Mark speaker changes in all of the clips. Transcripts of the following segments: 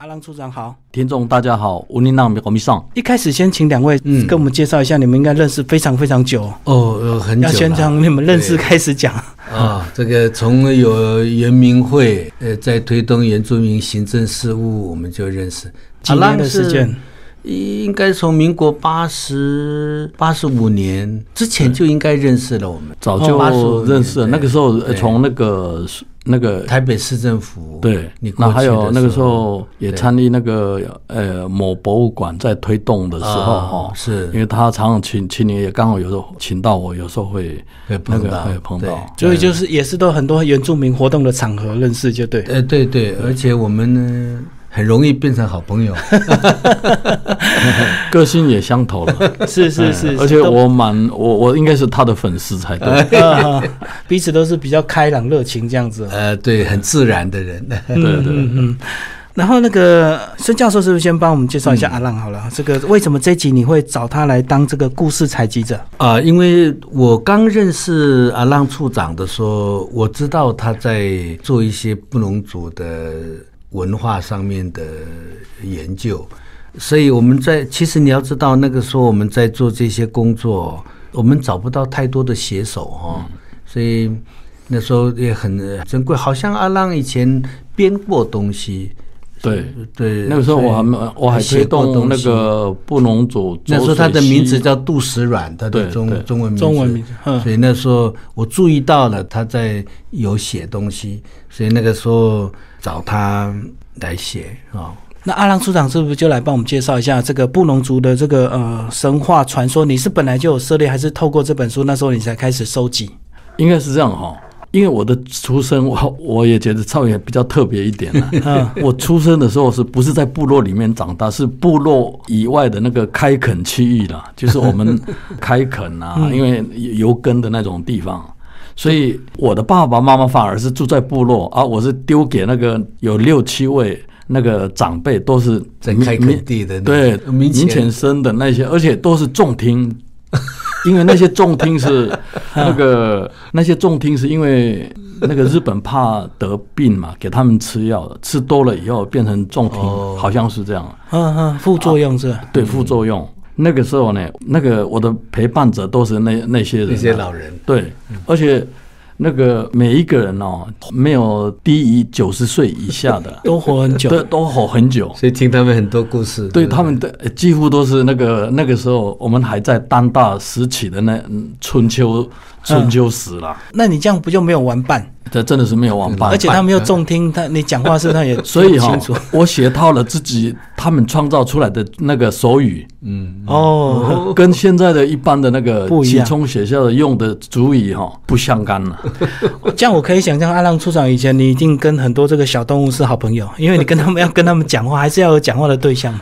Speaker 1: 阿郎处长好，
Speaker 2: 听众大家好，我宁浪我们上。
Speaker 1: 一开始先请两位
Speaker 2: 嗯
Speaker 1: 跟我们介绍一下，你们应该认识非常非常久，
Speaker 3: 哦，呃很久
Speaker 1: 要
Speaker 3: 了
Speaker 1: 先从你们认识
Speaker 3: 对
Speaker 1: 开始讲。
Speaker 3: 啊，这个从有原民会，呃，在推动原住民行政事务，我们就认识。
Speaker 1: 几年的时
Speaker 3: 阿
Speaker 1: 间
Speaker 3: 浪，是应该从民国八十八十五年之前就应该认识了。我们
Speaker 2: 早
Speaker 3: 哦
Speaker 2: 就认识了，
Speaker 3: 对
Speaker 2: 那个时候呃
Speaker 3: 对
Speaker 2: 从那个那个
Speaker 3: 台北市政府，
Speaker 2: 对
Speaker 3: 你，过
Speaker 2: 那
Speaker 3: 去
Speaker 2: 还有
Speaker 3: 的
Speaker 2: 那个时
Speaker 3: 时候
Speaker 2: 候也参与那个呃某博物馆在推动的时候
Speaker 3: 啊
Speaker 2: 哦，
Speaker 3: 是
Speaker 2: 因为他常常请请你，也刚好有时候请到我，有时候会
Speaker 3: 会
Speaker 2: 那
Speaker 3: 碰
Speaker 2: 个
Speaker 3: 到
Speaker 2: 会碰
Speaker 3: 对
Speaker 2: 到，
Speaker 1: 所以就是也是都很多原住民活动的场合认识，就对。
Speaker 3: 呃，对对，而且我们呢很容易变成好朋友。
Speaker 2: 个性也相投 了，
Speaker 1: 是是是，
Speaker 2: 嗯而且
Speaker 1: 都
Speaker 2: 我蛮我我应该是他的粉丝才对。
Speaker 3: 哎
Speaker 1: 啊彼此都是比较开朗热情这样子。
Speaker 3: 呃，对，很自然的人。
Speaker 1: 对对嗯嗯。然后那个孙教授是不是先帮我们介绍一下阿浪好了？这个为什么这一集你会找他来当这个故事采集者？
Speaker 3: 啊、因为我刚认识阿浪处长的时候，我知道他在做一些布农族的文化上面的研究，所以我们在其实你要知道，那个时候我们在做这些工作，我们找不到太多的写手哦，
Speaker 2: 嗯
Speaker 3: 所以那时候也很呃珍贵。好像阿浪以前编过东西，
Speaker 2: 对
Speaker 3: 对，
Speaker 2: 那个时候我还没我还推
Speaker 3: 写过
Speaker 2: 动
Speaker 3: 东
Speaker 2: 那
Speaker 3: 西
Speaker 2: 个布农族浊水溪，
Speaker 3: 那时候他的名字叫杜石软，他的
Speaker 2: 对
Speaker 3: 中
Speaker 2: 对
Speaker 3: 中文名字
Speaker 1: 中文名字嗯
Speaker 3: 所以那时候我注意到了他在有写东西，所以那个时候找他来写啊、
Speaker 1: 那阿郎处长是不是就来帮我们介绍一下这个布农族的这个呃神话传说？你是本来就有涉猎，还是透过这本书那时候你才开始收集？
Speaker 2: 应该是这样哈、因为我的出生，我我也觉得稍微比较特别一点
Speaker 3: 嗯
Speaker 2: 了。我出生的时候是不是在部落里面长大？是部落以外的那个开垦区域啦， 就是我们开垦啊，
Speaker 3: 嗯
Speaker 2: 因为油耕的那种地方。所以我的爸爸妈妈反而是住在部落啊，我是丢给那个有六七位那个长辈，都是
Speaker 3: 在
Speaker 2: 民
Speaker 3: 开垦
Speaker 2: 民
Speaker 3: 地的那
Speaker 2: 对
Speaker 3: 种
Speaker 2: 民
Speaker 3: 民前
Speaker 2: 前生的那些，而且都是重 听因为那些重听是那个那些重听是因为那个日本怕得病嘛，给他们吃药的，吃多了以后变成重听，
Speaker 3: 哦
Speaker 2: 好像是这样，
Speaker 1: 嗯嗯，副作用是吧？，
Speaker 2: 对副作用。那个时候呢，那个我的陪伴者都是那那些人啊、
Speaker 3: 那些老嗯人
Speaker 2: 对，而且那个每一个人哦，没有低于九十岁以下的
Speaker 1: 都活很久。
Speaker 2: 都都吼很久。
Speaker 3: 所以听他们很多故事。
Speaker 2: 对他们的呃几乎都是那个那个时候我们还在当大时期的那嗯春秋春秋时啦，
Speaker 1: 那你这样不就没有玩伴？啊
Speaker 2: 这真的是没有王八
Speaker 1: 而且他没有重听，他你讲话是他也
Speaker 2: 所以
Speaker 1: 听
Speaker 2: 哈
Speaker 1: 不清楚。，
Speaker 2: 我写到了自己他们创造出来的那个手语，
Speaker 3: 嗯，
Speaker 1: 哦，
Speaker 2: 跟现在的一般的那个
Speaker 1: 不一
Speaker 2: 启
Speaker 1: 样
Speaker 2: 聪学校的用的主语哈不相干啊 了。
Speaker 1: 这样我可以想象，阿浪处长以前你一定跟很多这个小动物是好朋友，因为你跟他们要跟他们讲话，还是要有讲话的对象嘛。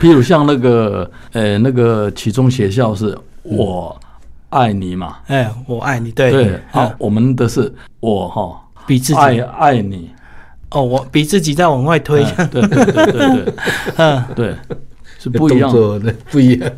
Speaker 2: 譬如像那个呃那个启聪学校是我爱你嘛，
Speaker 1: 哎，我爱你，嗯对
Speaker 2: 对，好
Speaker 1: 嗯，
Speaker 2: 我们的是我哈
Speaker 1: 比自
Speaker 2: 爱
Speaker 1: 己
Speaker 2: 爱你。
Speaker 1: 哦，我比自己再往外推，
Speaker 2: 哎对对对对对，
Speaker 1: 嗯，
Speaker 2: 对，是
Speaker 3: 这
Speaker 2: 不一样
Speaker 3: 动。作的不一样。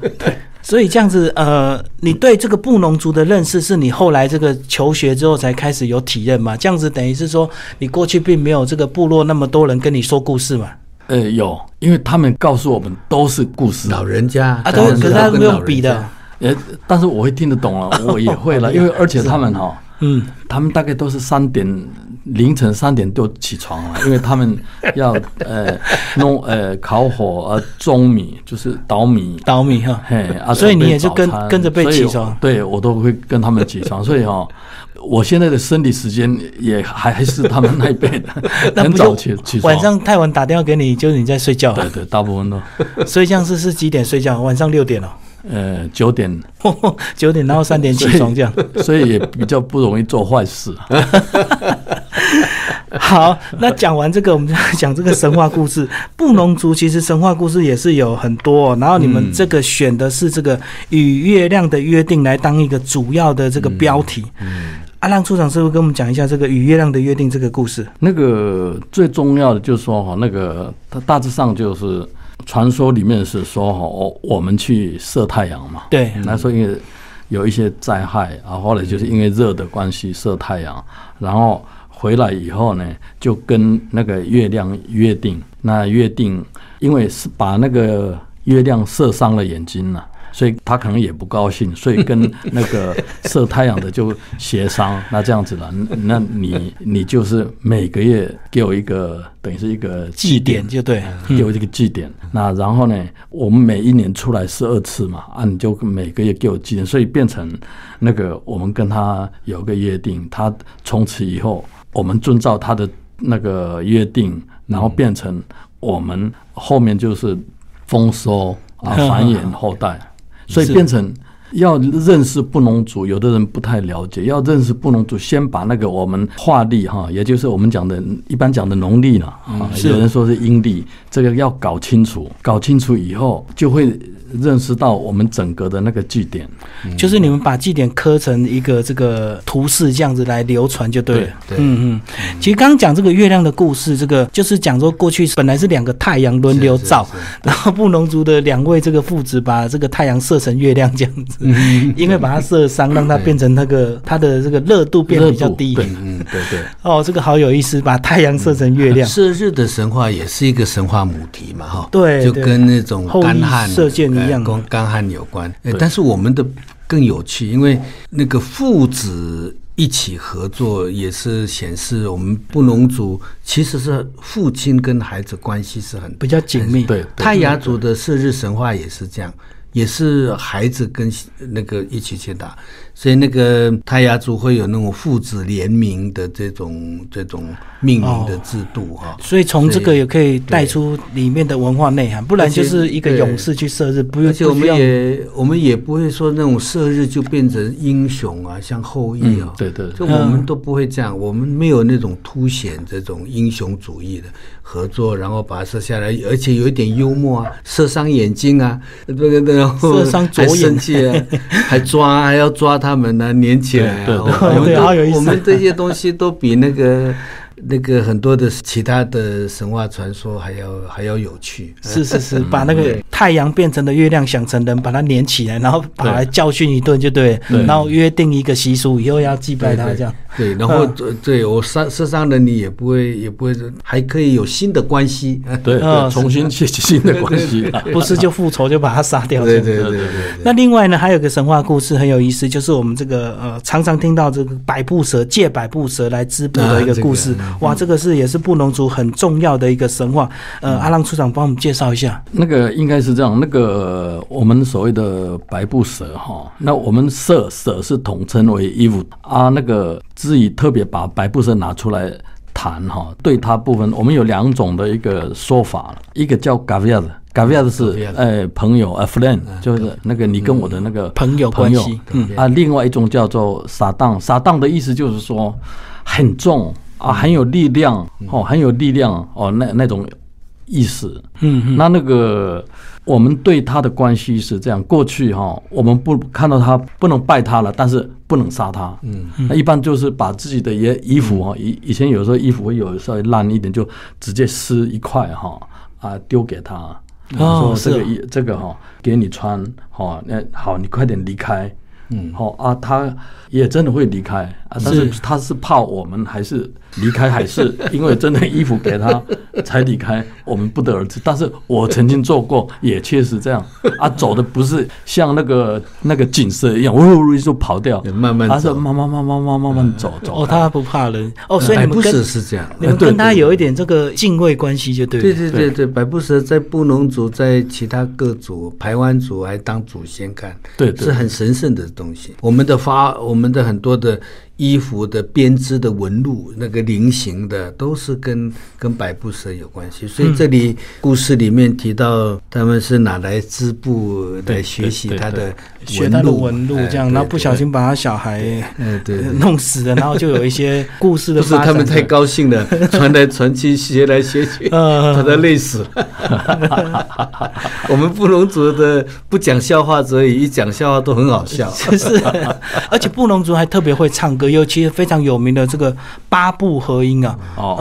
Speaker 1: 所以这样子，呃，你对这个布农族的认识，是你后来这个求学之后才开始有体认嘛？这样子等于是说，你过去并没有这个部落那么多人跟你说故事嘛？
Speaker 2: 呃，有，因为他们告诉我们都是故事，
Speaker 3: 老人家
Speaker 1: 啊，都可是他不用比，
Speaker 3: 当
Speaker 1: 的
Speaker 3: 然，
Speaker 2: 呃，但是我会听得懂了，我也会 了，因为而且他们哈、
Speaker 1: 嗯，
Speaker 2: 他们大概都是三点凌晨三点多起床了，因为他们要呃弄呃烤火呃舂米，就是捣米。
Speaker 1: 倒米哈，
Speaker 2: 嘿啊，
Speaker 1: 所以
Speaker 2: 准备
Speaker 1: 你也就跟
Speaker 2: 早餐
Speaker 1: 跟着被
Speaker 2: 所以
Speaker 1: 起床
Speaker 2: 对我都会跟他们起床，所以哈、我现在的生理时间也还还是他们那一辈的，
Speaker 1: 那
Speaker 2: 很
Speaker 1: 不就
Speaker 2: 早起起床。
Speaker 1: 晚上太晚打电话给你，就是你在睡觉
Speaker 2: 对
Speaker 1: 了。
Speaker 2: 对，大部分都
Speaker 1: 所以这样是是几点睡觉？晚上六点哦，
Speaker 2: 呃九点，
Speaker 1: 九点然后三点起床这样。
Speaker 2: 所以也比较不容易做坏事啊。
Speaker 1: 好，那讲完这个，我们就来讲这个神话故事。布农族其实神话故事也是有很多、哦，然后你们这个选的是这个与月亮的约定来当一个主要的这个标题。阿浪处长是不是跟我们讲一下这个与月亮的约定这个故事？
Speaker 2: 那个最重要的就是说哈，那个它大致上就是传说里面是说哈，我我们去射太阳嘛，
Speaker 1: 对，
Speaker 2: 那时候因为有一些灾害啊，后来就是因为热的关系射太阳，然后回来以后呢，就跟那个月亮约定，那约定因为是把那个月亮射伤了眼睛了、所以他可能也不高兴，所以跟那 个射太阳的就协商，那这样子了，那你你就是每个月给我一个等于是一个
Speaker 1: 祭典就对，
Speaker 2: 给我这个祭典。那然后呢，我们每一年出来十二次嘛，啊，你就每个月给我祭典，所以变成那个我们跟他有个约定，他从此以后我们遵照他的那个约定，然后变成我们后面就是丰收啊，繁衍后代，所以变成。要认识布农族，有的人不太了解。要认识布农族，先把那个我们化历哈，也就是我们讲的一般讲的农历啦，啊
Speaker 1: 嗯是
Speaker 2: 有人说是阴历，这个要搞清楚。搞清楚以后，就会认识到我们整个的那个据点。
Speaker 3: 嗯
Speaker 1: 就是你们把祭典刻成一个这个图示，这样子来流传就对了。
Speaker 3: 对对
Speaker 1: 嗯嗯。其实刚刚讲这个月亮的故事，这个就是讲说过去本来是两个太阳轮流照，然后布农族的两位这个父子把这个太阳射成月亮这样
Speaker 3: 嗯
Speaker 1: 子，因为把它射伤，让它变成那个它的这个热度变得比较低
Speaker 2: 热。度
Speaker 3: 嗯，对对，
Speaker 1: 哦，这个好有意思，把太阳射成月 亮。
Speaker 3: 射日的神话也是一个神话母题嘛，哈，
Speaker 1: 对
Speaker 3: 就
Speaker 1: 对
Speaker 3: 跟那种
Speaker 1: 后羿
Speaker 3: 干旱
Speaker 1: 射箭一样
Speaker 3: 呃跟干旱有关。呃但是我们的更有趣，因为那个父子一起合作，也是显示我们布农族其实是父亲跟孩子关系是很
Speaker 1: 比较紧密，
Speaker 2: 对，
Speaker 3: 泰雅族的射日神话也是这样，也是孩子跟那个一起去打，所以那个泰雅族会有那种父子联名的这种这种命名的制度
Speaker 2: 哦
Speaker 3: 哈、
Speaker 1: 所以从这个也可以带出里面的文化内涵，不然就是一个勇士去射日，不用
Speaker 3: 而且我
Speaker 1: 不需
Speaker 3: 们
Speaker 1: 要
Speaker 3: 也我们也不会说那种射日就变成英雄啊，像后羿啊、
Speaker 2: 嗯对对
Speaker 3: 就我们都不会这样，我们没有那种凸显这种英雄主义的合作，然后把它射下来，而且有一点幽默 啊，射伤眼睛啊，这个然后
Speaker 1: 射伤左眼
Speaker 3: 还生气啊， 还抓还要抓他们呢、粘起来、啊，
Speaker 2: 对对
Speaker 3: 我们
Speaker 1: 对
Speaker 3: 都
Speaker 1: 好有意思
Speaker 3: 我们这些东西都比那个。那个很多的其他的神话传说还要还要有趣，
Speaker 1: 是是是，
Speaker 3: 嗯
Speaker 1: 把那个太阳变成的月亮想成人，把它连起来，然后把它教训一顿就对，然后约定一个习俗，以后要祭拜他这样。
Speaker 3: 对，然后对对我伤受伤了，你也不会也不会，还可以有新的关系。
Speaker 2: 对
Speaker 1: 嗯
Speaker 2: 对，重新建立新的关系啊。
Speaker 1: 不是就复仇就把他杀掉。
Speaker 3: 对
Speaker 1: 这样
Speaker 3: 对对对对
Speaker 1: 那另外呢，还有个神话故事很有意思，就是我们这个呃常常听到这个百步蛇借百步蛇来织布的一个故
Speaker 3: 啊
Speaker 1: 事。
Speaker 3: 嗯
Speaker 1: 哇，这个是也是布农族很重要的一个神话。
Speaker 3: 嗯
Speaker 1: 呃，阿浪处长帮我们介绍一下。
Speaker 2: 那个应该是这样，那个我们所谓的白布蛇哈，那我们蛇蛇是统称为衣服啊，那个至于特别把白布蛇拿出来谈哈，对它部分我们有两种的一个说法，一个叫 g a v i a d g a v i a d 是
Speaker 1: 哦
Speaker 3: Gavial
Speaker 2: 哎朋友啊 friend，就是那个你跟我的那个
Speaker 1: 嗯朋友
Speaker 2: 朋友
Speaker 1: 关系
Speaker 2: 嗯啊，另外一种叫做撒当，撒当的意思就是说很重啊，很有力量哦，很有力量哦，那那种意思。嗯，那那个我们对他的关系是这样，过去哈、我们不看到他不能拜他了，但是不能杀他。嗯，那一般就是把自己的也衣服哈、以以前有时候衣服会有稍微烂一点，就直接撕一块哈、啊丢给他。
Speaker 1: 哦
Speaker 2: 说这个
Speaker 1: 是哦
Speaker 2: 衣这个哈、给你穿哈，那、好你快点离开。嗯，好啊，他也真的会离开啊，但是
Speaker 1: 是
Speaker 2: 他是怕我们还是离开，还是因为真的衣服给他才离开，我们不得而知。但是我曾经做过，也确实这样啊，走的不是像那个那个景色一样，呜呜呜就跑掉，
Speaker 3: 慢慢
Speaker 2: 他是
Speaker 3: 走
Speaker 2: 慢慢慢慢慢慢慢走走。
Speaker 1: 哦，他不怕人。哦，所以
Speaker 3: 百
Speaker 1: 你们
Speaker 3: 步
Speaker 1: 跟
Speaker 3: 蛇是这样。呃
Speaker 1: 你们跟他有一点这个敬畏关系，就对了。
Speaker 3: 对对对对，百步蛇在布农族，在其他各族、排湾族还当祖先看，
Speaker 2: 对对
Speaker 3: 是很神圣的东西。我们的发，我们的很多的衣服的编织的纹路，那个菱形的，都是跟跟百步蛇有关系。所以这里故事里面提到，他们是拿来织布来学习
Speaker 2: 对对
Speaker 3: 它的
Speaker 1: 学他的
Speaker 3: 路
Speaker 1: 纹路
Speaker 3: 哎
Speaker 1: 这样，
Speaker 3: 对
Speaker 1: 然后不
Speaker 3: 对
Speaker 1: 小心把他小孩
Speaker 3: 嗯对对
Speaker 1: 弄死了，然后就有一些故事的
Speaker 3: 不是
Speaker 1: 发
Speaker 3: 他
Speaker 1: 展。
Speaker 3: 们太高 兴了，传来传去，学来学去，
Speaker 1: 嗯
Speaker 3: 把他累死 了。我们布农族的不讲笑话，所以一讲笑话都很好笑。
Speaker 1: 是，而且布农族还特别会唱歌，格尤其非常有名的这个八部合音啊，
Speaker 2: 哦，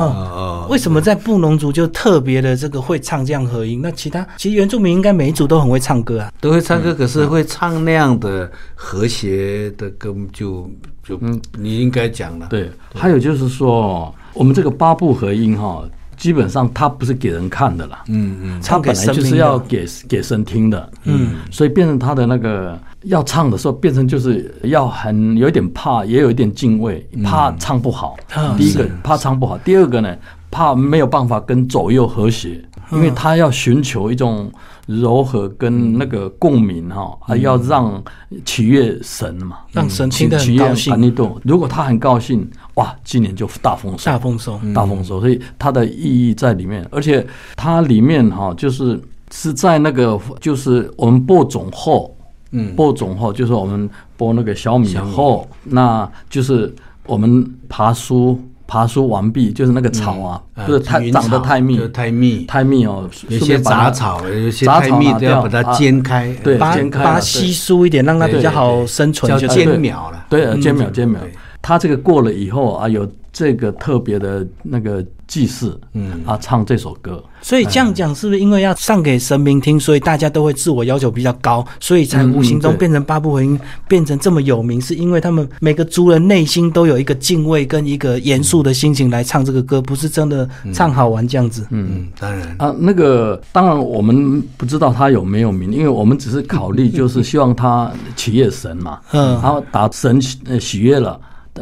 Speaker 1: 嗯，为什么在布农族就特别的这个会唱这样合音？那其他其实原住民应该每一族都很会唱歌啊。
Speaker 3: 都会唱歌，可是会唱那样的和谐的歌就就你应该讲了，
Speaker 2: 嗯对，还有就是说，我们这个八部合音哈、基本上它不是给人看的啦，
Speaker 3: 嗯嗯，
Speaker 2: 它
Speaker 1: 唱给
Speaker 2: 本来
Speaker 1: 神
Speaker 2: 就
Speaker 1: 明
Speaker 2: 是
Speaker 1: 的
Speaker 2: 要给给神听的，嗯，所以变成他的那个要唱的时候，变成就是要很有一点怕，也有一点敬畏，怕唱不好。
Speaker 1: 嗯
Speaker 2: 第一个怕唱不好，第二个呢，怕没有办法跟左右和谐，
Speaker 1: 嗯
Speaker 2: 因为他要寻求一种柔和跟那个共鸣哈、还要让取悦神嘛，
Speaker 1: 嗯让神听得很
Speaker 2: 取悦
Speaker 1: 高兴
Speaker 2: 安利度。如果他很高兴，哇，今年就大丰收，
Speaker 1: 大丰收，
Speaker 3: 嗯
Speaker 2: 大丰收，所以它的意义在里面，而且它里面哈、就是是在那个就是我们播种后，
Speaker 3: 嗯
Speaker 2: 播种后就是我们播那个小米后，那就是我们爬树爬树完毕，就是那个草啊，
Speaker 3: 啊
Speaker 2: 不是太
Speaker 3: 云
Speaker 2: 长得太密
Speaker 3: 呃就，太密，
Speaker 2: 太密哦，
Speaker 3: 有
Speaker 2: 顺
Speaker 3: 些
Speaker 2: 便把
Speaker 3: 杂
Speaker 2: 它
Speaker 3: 草，有些
Speaker 2: 杂
Speaker 3: 太
Speaker 2: 草
Speaker 3: 密
Speaker 2: 拿
Speaker 3: 都要把
Speaker 2: 掉
Speaker 3: 它
Speaker 2: 啊
Speaker 3: 煎开，
Speaker 2: 对
Speaker 1: 把
Speaker 2: 先开
Speaker 1: 把
Speaker 3: 啊
Speaker 2: 了
Speaker 1: 它
Speaker 2: 对
Speaker 1: 稀疏一点，让它比较好生存
Speaker 3: 叫
Speaker 1: 就对。
Speaker 2: 哎
Speaker 3: 尖
Speaker 2: 对
Speaker 3: 苗了，嗯
Speaker 2: 对，呃煎苗煎苗
Speaker 3: 对，
Speaker 2: 他这个过了以后啊，有这个特别的那个祭祀，嗯啊，唱这首歌，
Speaker 1: 所以这样讲是不是因为要唱给神明听，所以大家都会自我要求比较高，所以才无形
Speaker 2: 嗯
Speaker 1: 中
Speaker 2: 对
Speaker 1: 变成八部文音变成这么有名？是因为他们每个族人内心都有一个敬畏跟一个严肃的心情来唱这个歌，不是真的唱好玩这样子。
Speaker 3: 嗯，当然，
Speaker 2: 啊，那个当然我们不知道他有没有名，因为我们只是考虑，就是希望他喜悦神嘛，
Speaker 1: 嗯
Speaker 2: 然后打神喜呃喜悦了。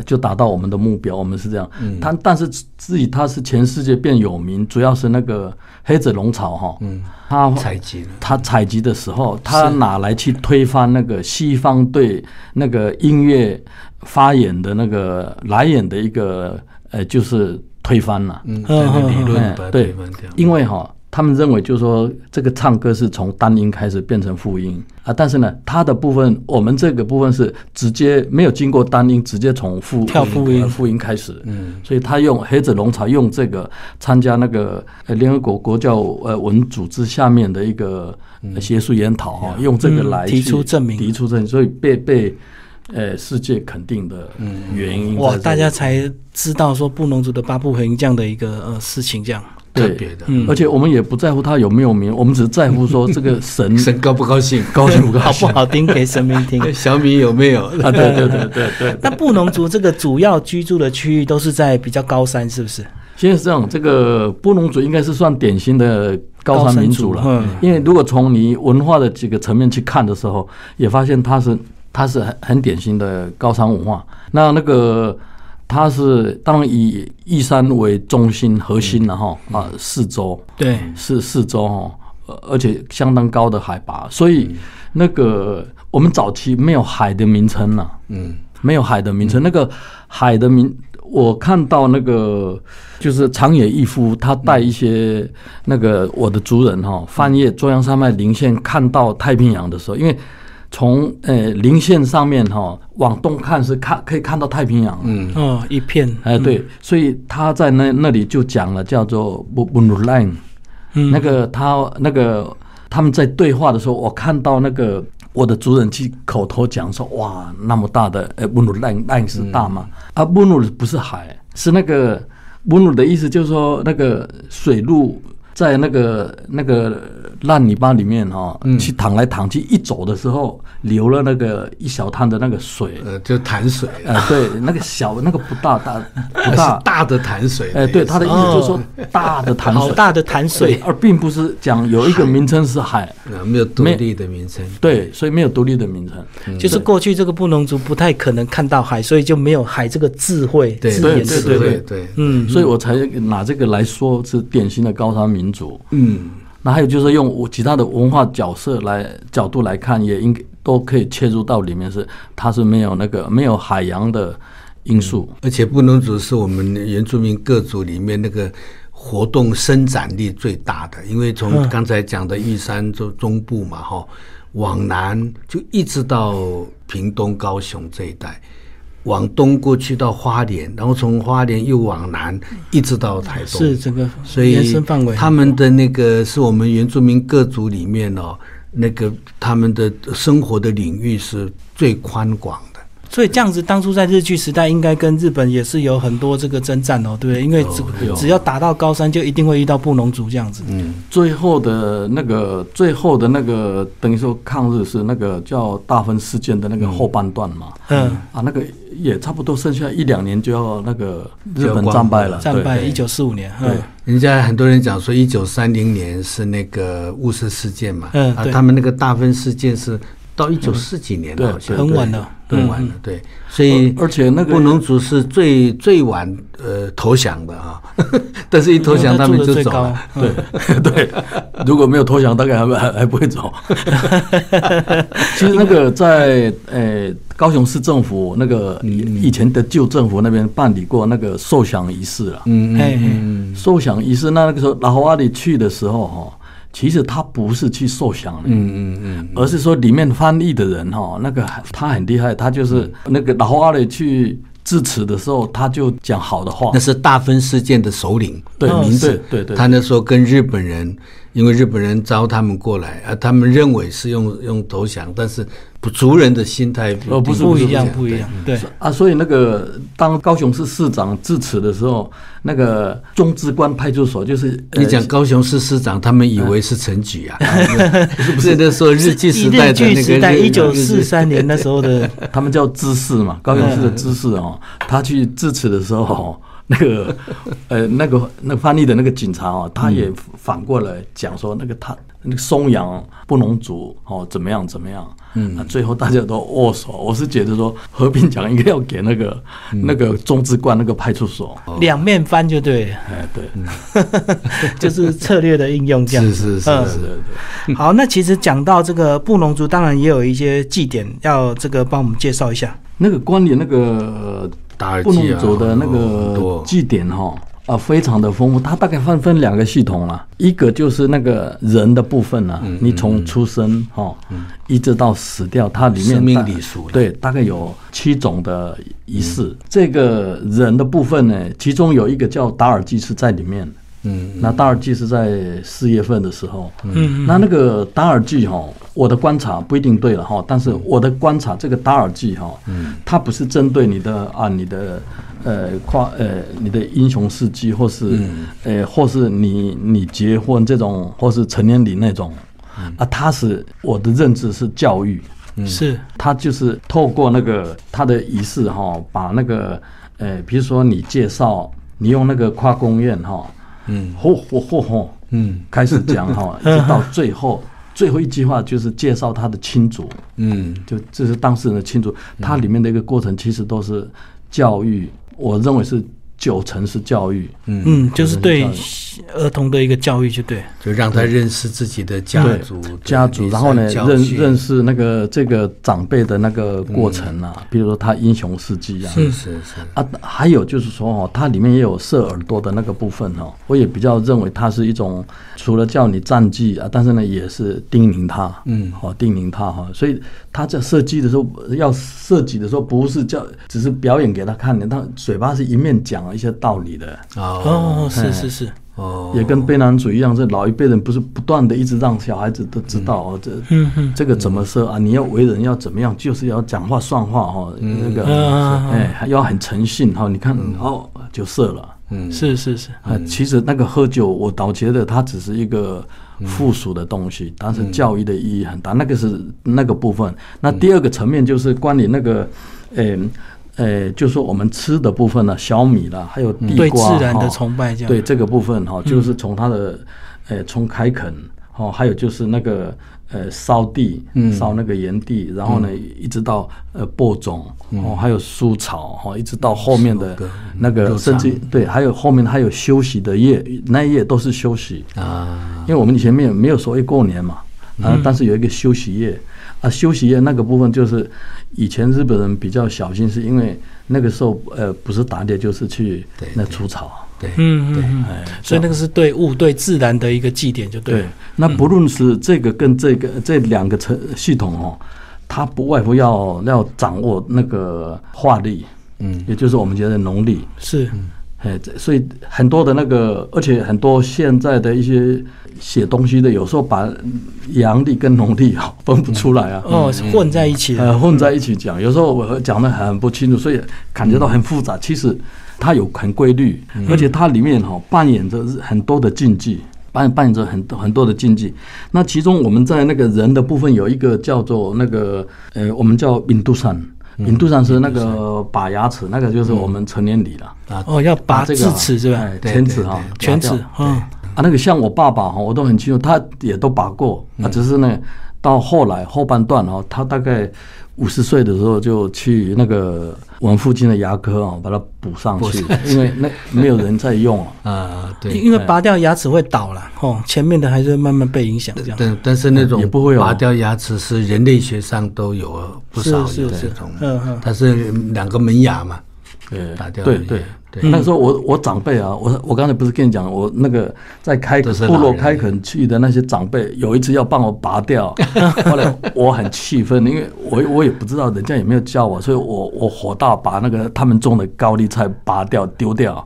Speaker 2: 就达到我们的目标，我们是这样。他但是至于他是全世界变有名，主要是那个黑子龙草哈，嗯，他
Speaker 3: 采集了，
Speaker 2: 他采集的时候，他哪来去推翻那个西方对那个音乐发源的那个来源的一个呃，就是推翻了、
Speaker 3: 嗯，这个理论
Speaker 2: 哎
Speaker 3: 把它推
Speaker 2: 对
Speaker 3: 翻
Speaker 1: 啊
Speaker 3: 掉，，
Speaker 2: 因为哈、他们认为就是说这个唱歌是从单音开始变成复音啊，但是呢，它的部分我们这个部分是直接没有经过单音，直接从复
Speaker 1: 跳复音
Speaker 2: 呃复音开始。嗯，所以他用黑子龙草用这个参加那个呃联合国国教呃文组织下面的一个呃学术研讨哈、用这个
Speaker 1: 嗯
Speaker 2: 来
Speaker 1: 提
Speaker 2: 去
Speaker 1: 出证明
Speaker 2: 提出证明，所以被被。呃，世界肯定的原因
Speaker 1: 嗯
Speaker 2: 在
Speaker 1: 哇，
Speaker 2: 这里
Speaker 1: 大家才知道说布农族的八部文音这样的一个呃事情，这样
Speaker 3: 特
Speaker 2: 对
Speaker 3: 别的，
Speaker 2: 而且我们也不在乎他有没有名，我们只在乎说这 个神
Speaker 3: 神高不高兴？
Speaker 2: 高兴不 高
Speaker 1: 好
Speaker 2: 兴
Speaker 1: 不好听给神明 听。
Speaker 3: 小米有没有？
Speaker 2: 啊？对 对对对对。
Speaker 1: 那布农族这个主要居住的区域都是在比较高山，是不是？
Speaker 2: 现在是这样，这个波隆族应该是算典型的高山民族了，
Speaker 1: 高山族嗯
Speaker 2: 因为如果从你文化的几个层面去看的时候，也发现它是它是很很典型的高山文化。那那个它是当然以玉山为中心核心了哈、啊，四周
Speaker 1: 对，
Speaker 2: 是四周哦，呃而且相当高的海拔，所以那个我们早期没有海的名称了、
Speaker 3: 嗯，
Speaker 2: 没有海的名称。那个海的名，我看到那个就是长野义夫，他带一些那个我的族人哈、哦翻越中央山脉林线，看到太平洋的时候，因为。从呃林线上面哈、往东看是看可以看到太平洋，嗯，
Speaker 1: 哦，一片
Speaker 2: 哎，对，所以他在那那里就讲了，叫做布布努兰，那个他那个他们在对话的时候，我看到那个我的族人去口头讲说，哇，那么大的呃布努兰兰是大吗？啊，布努不是海，是那个布努的意思，就是说那个水路。在那个那个烂泥巴里面哈、哦，去淌来淌去，一走的时候流了那个一小滩的那个水，
Speaker 3: 呃，就潭水，
Speaker 2: 呃，对，那个小那个不大大不
Speaker 3: 是
Speaker 2: 大，
Speaker 3: 大的潭水，
Speaker 2: 哎，对，他的意思就是说大的潭
Speaker 1: 哦好
Speaker 2: 水，
Speaker 1: 大的潭水，
Speaker 2: 而并不是讲有一个名称是海，
Speaker 3: 呃没有独立的名称，
Speaker 2: 对，所以没有独立的名称。
Speaker 3: 嗯
Speaker 1: 就是过去这个布农族不太可能看到海，所以就没有海这个智慧
Speaker 3: 对
Speaker 1: 字
Speaker 3: 对
Speaker 1: 眼
Speaker 2: 对
Speaker 1: 是
Speaker 2: 对
Speaker 3: 对
Speaker 1: 吧
Speaker 3: 对
Speaker 2: 对
Speaker 3: 对，
Speaker 1: 嗯，
Speaker 2: 所以我才拿这个来说是典型的高山民族。
Speaker 3: 嗯，
Speaker 2: 那还有就是用其他的文化角色来角度来看，也应该都可以切入到里面是，它是没有那个没有海洋的因素。
Speaker 3: 而且布农族是我们原住民各族里面那个活动伸展力最大的，因为
Speaker 2: 嗯
Speaker 3: 从刚才讲的玉山中中部嘛，哈，往南就一直到屏东、高雄这一带。往东过去到花莲，然后从花莲又往南，一直到台东，
Speaker 1: 是整个
Speaker 3: 所
Speaker 1: 延
Speaker 3: 以
Speaker 1: 伸范围。
Speaker 3: 他们的那个是我们原住民各族里面哦，那个他们的生活的领域是最宽广的。
Speaker 1: 所以这样子，当初在日据时代，应该跟日本也是有很多这个征战哦，对不对？因为只、
Speaker 2: 有
Speaker 1: 只要打到高山，就一定会遇到布农族这样子。
Speaker 3: 嗯
Speaker 2: 最后的那个，最后的那个，等于说抗日是那个叫大分事件的那个后半段嘛。
Speaker 1: 嗯，
Speaker 2: 啊，那个也差不多，剩下一两年就要那个
Speaker 3: 就
Speaker 2: 日
Speaker 3: 要
Speaker 2: 本
Speaker 3: 光
Speaker 2: 战败了，
Speaker 1: 战败
Speaker 2: 对
Speaker 1: 一九四五年，嗯
Speaker 2: 对，
Speaker 3: 人家很多人讲说，一九三零年是那个雾社事件嘛，
Speaker 1: 嗯
Speaker 3: 啊
Speaker 1: 对，
Speaker 3: 他们那个大分事件是到一九四几年
Speaker 2: 对
Speaker 3: 了，好像
Speaker 1: 很晚了，嗯哦
Speaker 3: 对很晚了，对，所以
Speaker 2: 而且那个
Speaker 3: 布农族是最最晚呃投降的啊， 但是一投降他们
Speaker 1: 住得
Speaker 3: 就
Speaker 1: 最
Speaker 3: 走
Speaker 1: 高
Speaker 3: 了，，
Speaker 1: 嗯
Speaker 2: 对对，如果没有投降，大概还不还还不会走。 其实那个在呃高雄市政府那个以前的旧政府那边办理过那个受降仪式了。
Speaker 3: 嗯
Speaker 1: 哎哎
Speaker 2: 受降仪式那那个时候拉瓦里去的时候哈，其实他不是去受降的。
Speaker 3: 嗯嗯嗯，
Speaker 2: 而是说里面翻译的人哈，那个他很厉害，他就是那个拉瓦里去致辞的时候，他就讲好的话
Speaker 3: 那，是大分事件的首领，
Speaker 2: 对
Speaker 3: 名字，
Speaker 2: 对对对
Speaker 3: 他那时候跟日本人，因为日本人招他们过来啊，他们认为是用用投降，但是不族人的心态
Speaker 2: 呃不是
Speaker 1: 不
Speaker 2: 是
Speaker 1: 一样，
Speaker 3: 这
Speaker 1: 不一
Speaker 3: 嗯对
Speaker 1: 样，对，
Speaker 2: 啊，所以那个当高雄市市长致辞的时候，那个中资官派出所就是嗯呃
Speaker 3: 你讲高雄市市长，他们以为是陈 举啊，是 不是那时候日据时
Speaker 1: 日
Speaker 3: 代的
Speaker 1: 据
Speaker 3: 那个
Speaker 1: 时代一
Speaker 3: 日
Speaker 1: 九四，三年那时候 的，
Speaker 2: 他们叫知事嘛，高雄市的知事哦，他去致辞的时候 哦，那个呃那个那个翻译的那个警察哦，他也反过来讲说那个他那个松阳不能族哦怎么样怎么样。嗯、啊，最后大家都握手。我是觉得说，和平奖应该要给那个、那个中资官那个派出所。
Speaker 3: 哦
Speaker 1: 两面翻就对了，
Speaker 2: 哎，对，
Speaker 1: 就是策略的应用这样嗯
Speaker 3: 是
Speaker 1: 子。
Speaker 3: 是是
Speaker 2: 对
Speaker 3: 是，
Speaker 2: 对对。
Speaker 1: 好，那其实讲到这个布农族，当然也有一些祭典要这个帮我们介绍一下。
Speaker 2: 那个呃关于那个
Speaker 3: 打耳
Speaker 2: 布
Speaker 3: 机
Speaker 2: 农
Speaker 3: 啊，
Speaker 2: 族的那
Speaker 3: 很
Speaker 2: 个
Speaker 3: 多
Speaker 2: 祭典哈、啊，非常的丰富。它大概分分两个系统啦、一个就是那个人的部分啦、
Speaker 3: 嗯
Speaker 2: 你从出生哈、一直到死掉，它里面
Speaker 3: 生命
Speaker 2: 大
Speaker 3: 礼俗啦
Speaker 2: 对，大概有七种的仪式。这个人的部分呢，其中有一个叫达尔祭是在里面的。
Speaker 3: 嗯，
Speaker 2: 那达尔祭是在四月份的时候，嗯，那那个达尔祭哈，我的观察不一定对了哈，但是我的观察这个达尔祭哈，嗯，它不是针对你的啊你的呃跨呃你的英雄事迹，或是、呃或是你你结婚这种，或是成年礼那种，啊，它是我的认知是教育，
Speaker 1: 是，
Speaker 2: 他就是透过那个他的仪式哈、把那个呃，比如说你介绍，你用那个跨公宴哈、嗯，嚯嚯嚯嚯，嗯，开始讲 哈、一直到最后最后一句话就是介绍他的亲族，
Speaker 3: 嗯，
Speaker 2: 就这是当事人的亲族，它里面的一个过程其实都是教育，我认为是九成是教育，嗯，
Speaker 1: 嗯，就是对儿童的一个教育，就对。
Speaker 3: 就让他认识自己的家
Speaker 2: 对
Speaker 3: 族对
Speaker 2: 家族，
Speaker 3: 历史
Speaker 2: 然后呢，
Speaker 3: 教
Speaker 2: 认
Speaker 3: 训
Speaker 2: 认识那个这个长辈的那个过程啊，比如说他英雄事迹啊，
Speaker 3: 嗯是是是，
Speaker 2: 啊，还有就是说哦，它里面也有射耳朵的那个部分哦，我也比较认为它是一种除了叫你战绩啊，但是呢也是叮咛他，嗯，哦，叮咛他哈、所以他在射击的时候要射击的时候不是叫只是表演给他看的，他嘴巴是一面讲一些道理的，
Speaker 3: 哦
Speaker 1: 哦，是是是，
Speaker 3: 哦，
Speaker 2: 也跟卑南主义一样，这老一辈人不是不断的一直让小孩子都知
Speaker 1: 嗯
Speaker 2: 道哦，这、这个怎么说啊？你要为人要怎么样，就是要讲话算话哦，那个
Speaker 1: 嗯
Speaker 2: 哎、还要很诚信哈、哦。你看、哦，就射了。
Speaker 1: 是是是，
Speaker 2: 啊，其实那个喝酒，我倒觉得它只是一个
Speaker 1: 嗯
Speaker 2: 附属的东西，但是教育的意义很大，那个是那个部分。那
Speaker 1: 嗯
Speaker 2: 第二个层面就是关于那个，诶、诶、就说我们吃的部分呢、小米啦，还有地
Speaker 1: 嗯对
Speaker 2: 瓜，
Speaker 1: 自然的
Speaker 2: 哈
Speaker 1: 崇拜这样
Speaker 2: 对这个部分哈、就是从它的，诶、从开垦，哦，还有就是那个。呃，烧地，烧那个盐地，然后呢，一直到呃播种，哦，还有疏草，哦，一直到后面的那个，甚至对，还有后面还有休息的夜，那一夜都是休息，
Speaker 3: 啊，
Speaker 2: 因为我们以前没有没有所谓过年嘛，啊，但是有一个休息夜，啊，休息夜那个部分就是以前日本人比较小心，是因为那个时候呃不是打猎就是去那除草，哎
Speaker 3: 对，
Speaker 1: 嗯嗯嗯，所以那个是对物对自然的一个祭典，就对。，
Speaker 2: 那不论是这个跟这个这两个层系统哦，它不外乎要要掌握那个化力，嗯，也就是我们觉得农历，
Speaker 1: 是，
Speaker 2: 哎，这所以很多的那个，而且很多现在的一些写东西的，有时候把阳历跟农历啊 分不出来啊，
Speaker 1: 哦，是混在一起的。
Speaker 2: 呃，混在一起讲，有时候我讲的很不清楚，所以感觉到很复杂。其实它有很规律，
Speaker 1: 嗯
Speaker 2: 而且它里面哈、扮演着很多的禁忌，扮扮演着很多很多的禁忌。那其中我们在那个人的部分有一个叫做那个呃，我们叫印度山，
Speaker 1: 嗯
Speaker 2: 印度山是那个拔牙齿，那个就是我们成年礼了。
Speaker 1: 哦，要拔
Speaker 2: 这个
Speaker 1: 智
Speaker 2: 啊
Speaker 1: 齿是吧？
Speaker 2: 哎
Speaker 3: 对
Speaker 2: 犬齿哈，
Speaker 1: 犬齿
Speaker 2: 拔掉，
Speaker 1: 嗯，
Speaker 2: 啊，那个像我爸爸哈，我都很清楚，他也都拔过，啊，只是呢，到后来后半段哈，他大概五十岁的时候就去那个我们附近的牙科啊，把它补上去，因为那没有人在用啊。
Speaker 3: 啊，对。
Speaker 1: 因为拔掉牙齿会倒了，哦，前面的还是会慢慢被影响这样。
Speaker 3: 但但是那
Speaker 1: 嗯
Speaker 3: 种
Speaker 2: 也不会有
Speaker 3: 拔掉牙齿是人类学上都有不少有
Speaker 1: 是是
Speaker 3: 这种，
Speaker 1: 嗯嗯
Speaker 3: 它是两个门牙嘛，
Speaker 2: 对
Speaker 3: 打掉
Speaker 2: 对
Speaker 3: 了
Speaker 2: 对
Speaker 3: 对
Speaker 2: 那时候我我长辈啊，我我刚才不是跟你讲，我那个在开
Speaker 3: 都是
Speaker 2: 部
Speaker 3: 老
Speaker 2: 落
Speaker 3: 人
Speaker 2: 开垦区的那些长辈，有一次要帮我拔 掉，后来我很气愤，因为我我也不知道人家有没有教我，所以我我火大把那个他们种的高丽菜拔掉丢 掉，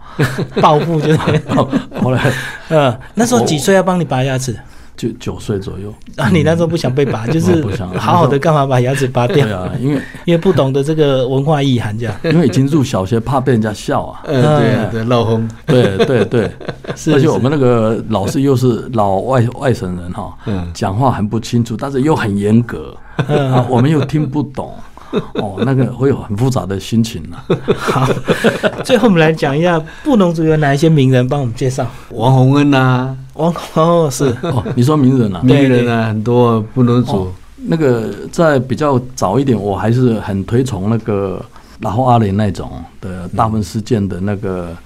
Speaker 1: 报复就是，
Speaker 2: 然后后来
Speaker 1: 嗯，那时候几岁要帮你拔牙齿？
Speaker 2: 就九岁左 右，
Speaker 1: 啊，你那时候不想被 拔，就是
Speaker 2: 嗯我不想
Speaker 1: 好好的干嘛把牙齿拔掉
Speaker 2: 对？啊，因为
Speaker 1: 因为不懂得这个文化意涵，这样。
Speaker 2: 因为已经入小学，怕被人家笑啊。
Speaker 3: 呃，对啊对，漏风，
Speaker 2: 对对对，而且我们那个老师又是老外外省人哈、
Speaker 3: 嗯
Speaker 2: 讲话很不清楚，但是又很严格，啊、我们又听不 懂，哦，那个会有很复杂的心情啊。
Speaker 1: 好，最后我们来讲一下布农族有哪一些名人，帮我们介绍。
Speaker 3: 王洪恩呐，
Speaker 1: 王哦是
Speaker 2: 哦，你说名人啊？
Speaker 1: 对
Speaker 3: 名人啊，很多不能
Speaker 2: 哦
Speaker 3: 煮，
Speaker 2: 那个在比较早一点，我还是很推崇那个然后阿莲那种的大分事件的那个
Speaker 3: 嗯
Speaker 2: 呃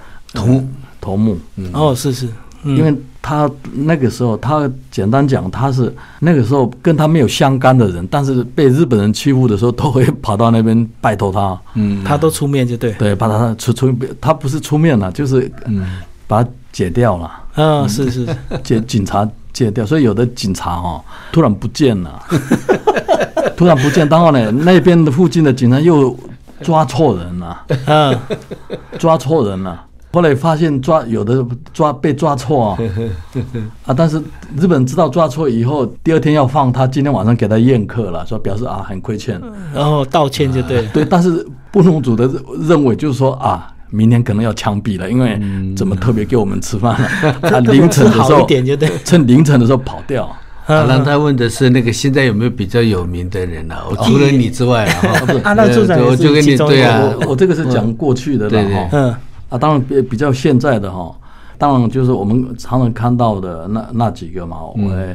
Speaker 3: 头目
Speaker 2: 头目，
Speaker 1: 哦是是，嗯
Speaker 2: 因为他那个时候，他简单讲，他是那个时候跟他没有相干的人，但是被日本人欺负的时候，都会跑到那边拜托他，
Speaker 3: 嗯，
Speaker 1: 他都出面就对。
Speaker 2: 对，把他出出，他不是出面了，就是
Speaker 3: 嗯
Speaker 2: 把他解掉了，
Speaker 1: 嗯是是是，
Speaker 2: 解警察解掉，所以有的警察哦，突然不见了，突然不见，然后呢，那边的附近的警察又抓错人了，
Speaker 1: 嗯
Speaker 2: 抓错人了。后来发现抓有的抓被 抓错啊，啊！但是日本知道抓错以后，第二天要放他，今天晚上给他宴客了，说表示啊很亏欠。
Speaker 1: 然后道歉就对了。
Speaker 2: 对，但是布农族的认认为就是说啊，明天可能要枪毙了，因为
Speaker 1: 嗯
Speaker 2: 怎么特别给我们吃饭 了？啊，凌晨的时
Speaker 1: 好一
Speaker 2: 候
Speaker 1: 点就对。
Speaker 2: 趁凌晨的时候跑掉。
Speaker 3: 阿郎他问的是那个现在有没有比较有名的人啊？我除了你之外啊，哈
Speaker 1: 哦阿郎处长
Speaker 3: 呃我
Speaker 1: 也
Speaker 3: 就是跟
Speaker 1: 其
Speaker 3: 你
Speaker 1: 中一
Speaker 3: 对
Speaker 1: 个
Speaker 3: 啊，
Speaker 2: 我我这个是讲过去的
Speaker 3: 对对
Speaker 2: 了哈。
Speaker 1: 嗯
Speaker 2: 啊，当然比比较现在的哈，当然就是我们常常看到的那那几个嘛，我、
Speaker 3: 嗯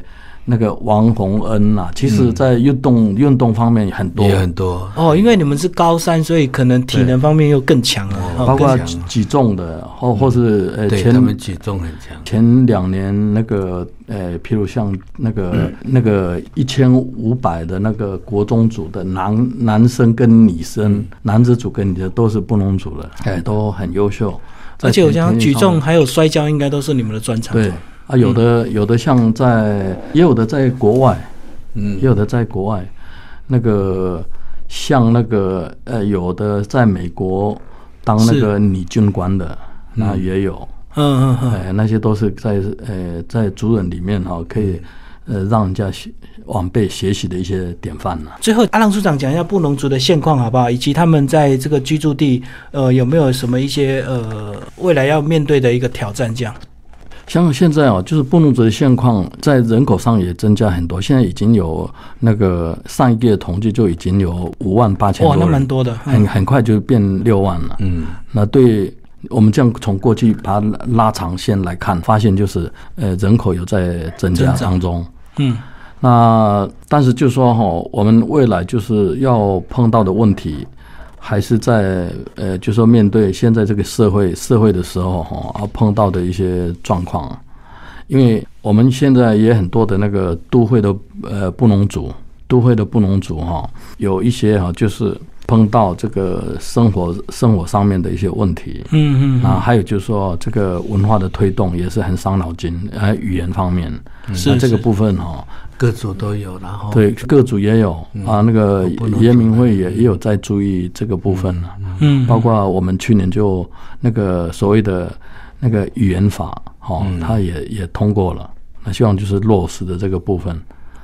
Speaker 2: 那个王洪恩呐、其实在运动、运动方面很多
Speaker 3: 也，很多，
Speaker 1: 哦，因为你们是高山，所以可能体能方面又更强了。哦
Speaker 2: 包括
Speaker 3: 更强
Speaker 2: 举重的，或或是呃
Speaker 3: 嗯对他们
Speaker 2: 前
Speaker 3: 举重很强，
Speaker 2: 前两年那个呃，譬如像那个、
Speaker 3: 嗯
Speaker 2: 那个一千五百的那个国中组的男男生跟女生，
Speaker 3: 嗯
Speaker 2: 男子组跟女的都是不能组的，哎，都很优秀。
Speaker 1: 而且我
Speaker 2: 在田
Speaker 1: 想
Speaker 2: 田径
Speaker 1: 举
Speaker 2: 上
Speaker 1: 重
Speaker 2: 面
Speaker 1: 还有摔跤，应该都是你们的专长。
Speaker 2: 对啊，有
Speaker 1: 嗯
Speaker 2: 的有的像在，也有的在国外，
Speaker 3: 嗯
Speaker 2: 也有的在国外，那个像那个呃，有的在美国当那
Speaker 1: 是
Speaker 2: 个女军官的，那也有，
Speaker 1: 嗯嗯嗯，
Speaker 2: 哎，那些都是在呃在族人里面哈、可以
Speaker 1: 嗯
Speaker 2: 呃让人家学晚辈学习的一些典范呐、
Speaker 1: 最后阿郎处长讲一下布农族的现况好不好，以及他们在这个居住地，呃，有没有什么一些呃未来要面对的一个挑战？这样，
Speaker 2: 像现在哦，就是布农族的现况，在人口上也增加很多。现在已经有那个上一个月统计就已经有五万八千
Speaker 1: 哇，
Speaker 2: 多
Speaker 1: 那
Speaker 2: 人
Speaker 1: 蛮多的。嗯
Speaker 2: 很很快就变六万了。
Speaker 3: 嗯，
Speaker 2: 那对我们这样从过去把它拉长线来看，发现就是呃人口有在增加当中。
Speaker 1: 嗯。
Speaker 2: 那但是就说哈、我们未来就是要碰到的问题，还是在呃，就说面对现在这个社会社会的时候哈、啊碰到的一些状况，因为我们现在也很多的那个都会的呃布农族，都会的布农族哈、有一些哈、就是碰到这个生活生活上面的一些问题。
Speaker 1: 嗯嗯
Speaker 2: 啊，还有就是说，这呃个文化的推动也是很伤脑筋，还有语言方面，
Speaker 1: 嗯是
Speaker 2: 那这个
Speaker 1: 是
Speaker 2: 部分哈、
Speaker 3: 各族都有，然
Speaker 1: 哦
Speaker 3: 后
Speaker 2: 对，各组也有
Speaker 1: 嗯
Speaker 2: 啊，那个严明会也也有在注意这个部分了，
Speaker 1: 嗯，
Speaker 2: 包括我们去年就那个所谓的那个语言法，哦，
Speaker 1: 嗯
Speaker 2: 它也也通过了，那希望就是落实的这个部分，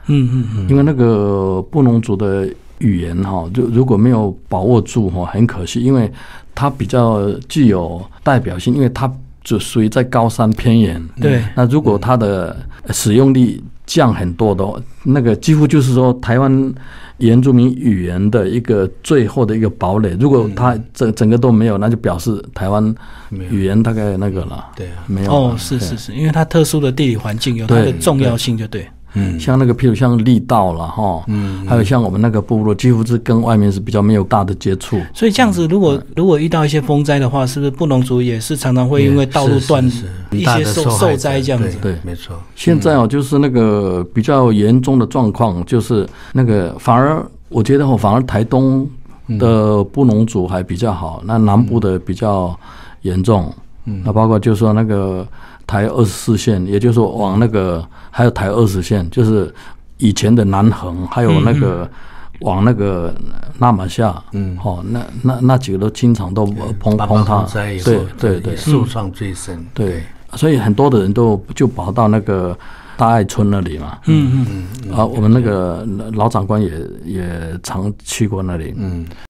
Speaker 1: 嗯嗯嗯，
Speaker 2: 因为那个布农族的语言哈，就如果没有把握住哈，很可惜，因为它比较具有代表性，因为它就属于在高山偏远。
Speaker 1: 嗯对，
Speaker 2: 那如果它的使用率降很多的话，那个几乎就是说台湾原住民语言的一个最后的一个堡垒。如果它
Speaker 1: 嗯
Speaker 2: 整整个都没有，那就表示台湾语言大概那个了，
Speaker 3: 对啊，
Speaker 2: 没有了
Speaker 1: 哦，是是是，因为它特殊的地理环境有它的
Speaker 2: 对
Speaker 1: 重要性，就对，
Speaker 3: 嗯
Speaker 2: 像那个，譬如像力道了哈，嗯，还有像我们那个部落，几乎是跟外面是比较没有大的接触，
Speaker 1: 所以这样子，如
Speaker 3: 嗯
Speaker 1: 果如果遇到一些风灾的话，是不是布农族也是常常会因为道路断
Speaker 3: 是是是很
Speaker 1: 一
Speaker 3: 大
Speaker 1: 些
Speaker 3: 的
Speaker 1: 受
Speaker 3: 害者
Speaker 1: 受灾这样子？
Speaker 2: 对
Speaker 3: 没错，
Speaker 2: 现在哦，就是那个比较严重的状况，就是那个反而我觉得哦，反而台东的布农族还比较好，那南部的比较严重。嗯，那包括就是说那个台二十四线，也就是说往那个还有台二十线，就是以前的南横，还有那个往那个纳马夏，嗯，哦，那那那几个都经常都崩
Speaker 3: 八
Speaker 2: 崩
Speaker 3: 八
Speaker 2: 塌
Speaker 3: 风灾以，后
Speaker 2: 对对对
Speaker 3: 也，受伤最深，
Speaker 2: 对，所以很多的人都就跑到那个大爱村那里嘛。
Speaker 1: 嗯嗯，
Speaker 2: 啊，我们那个老长官也也常去过那里。
Speaker 3: 嗯，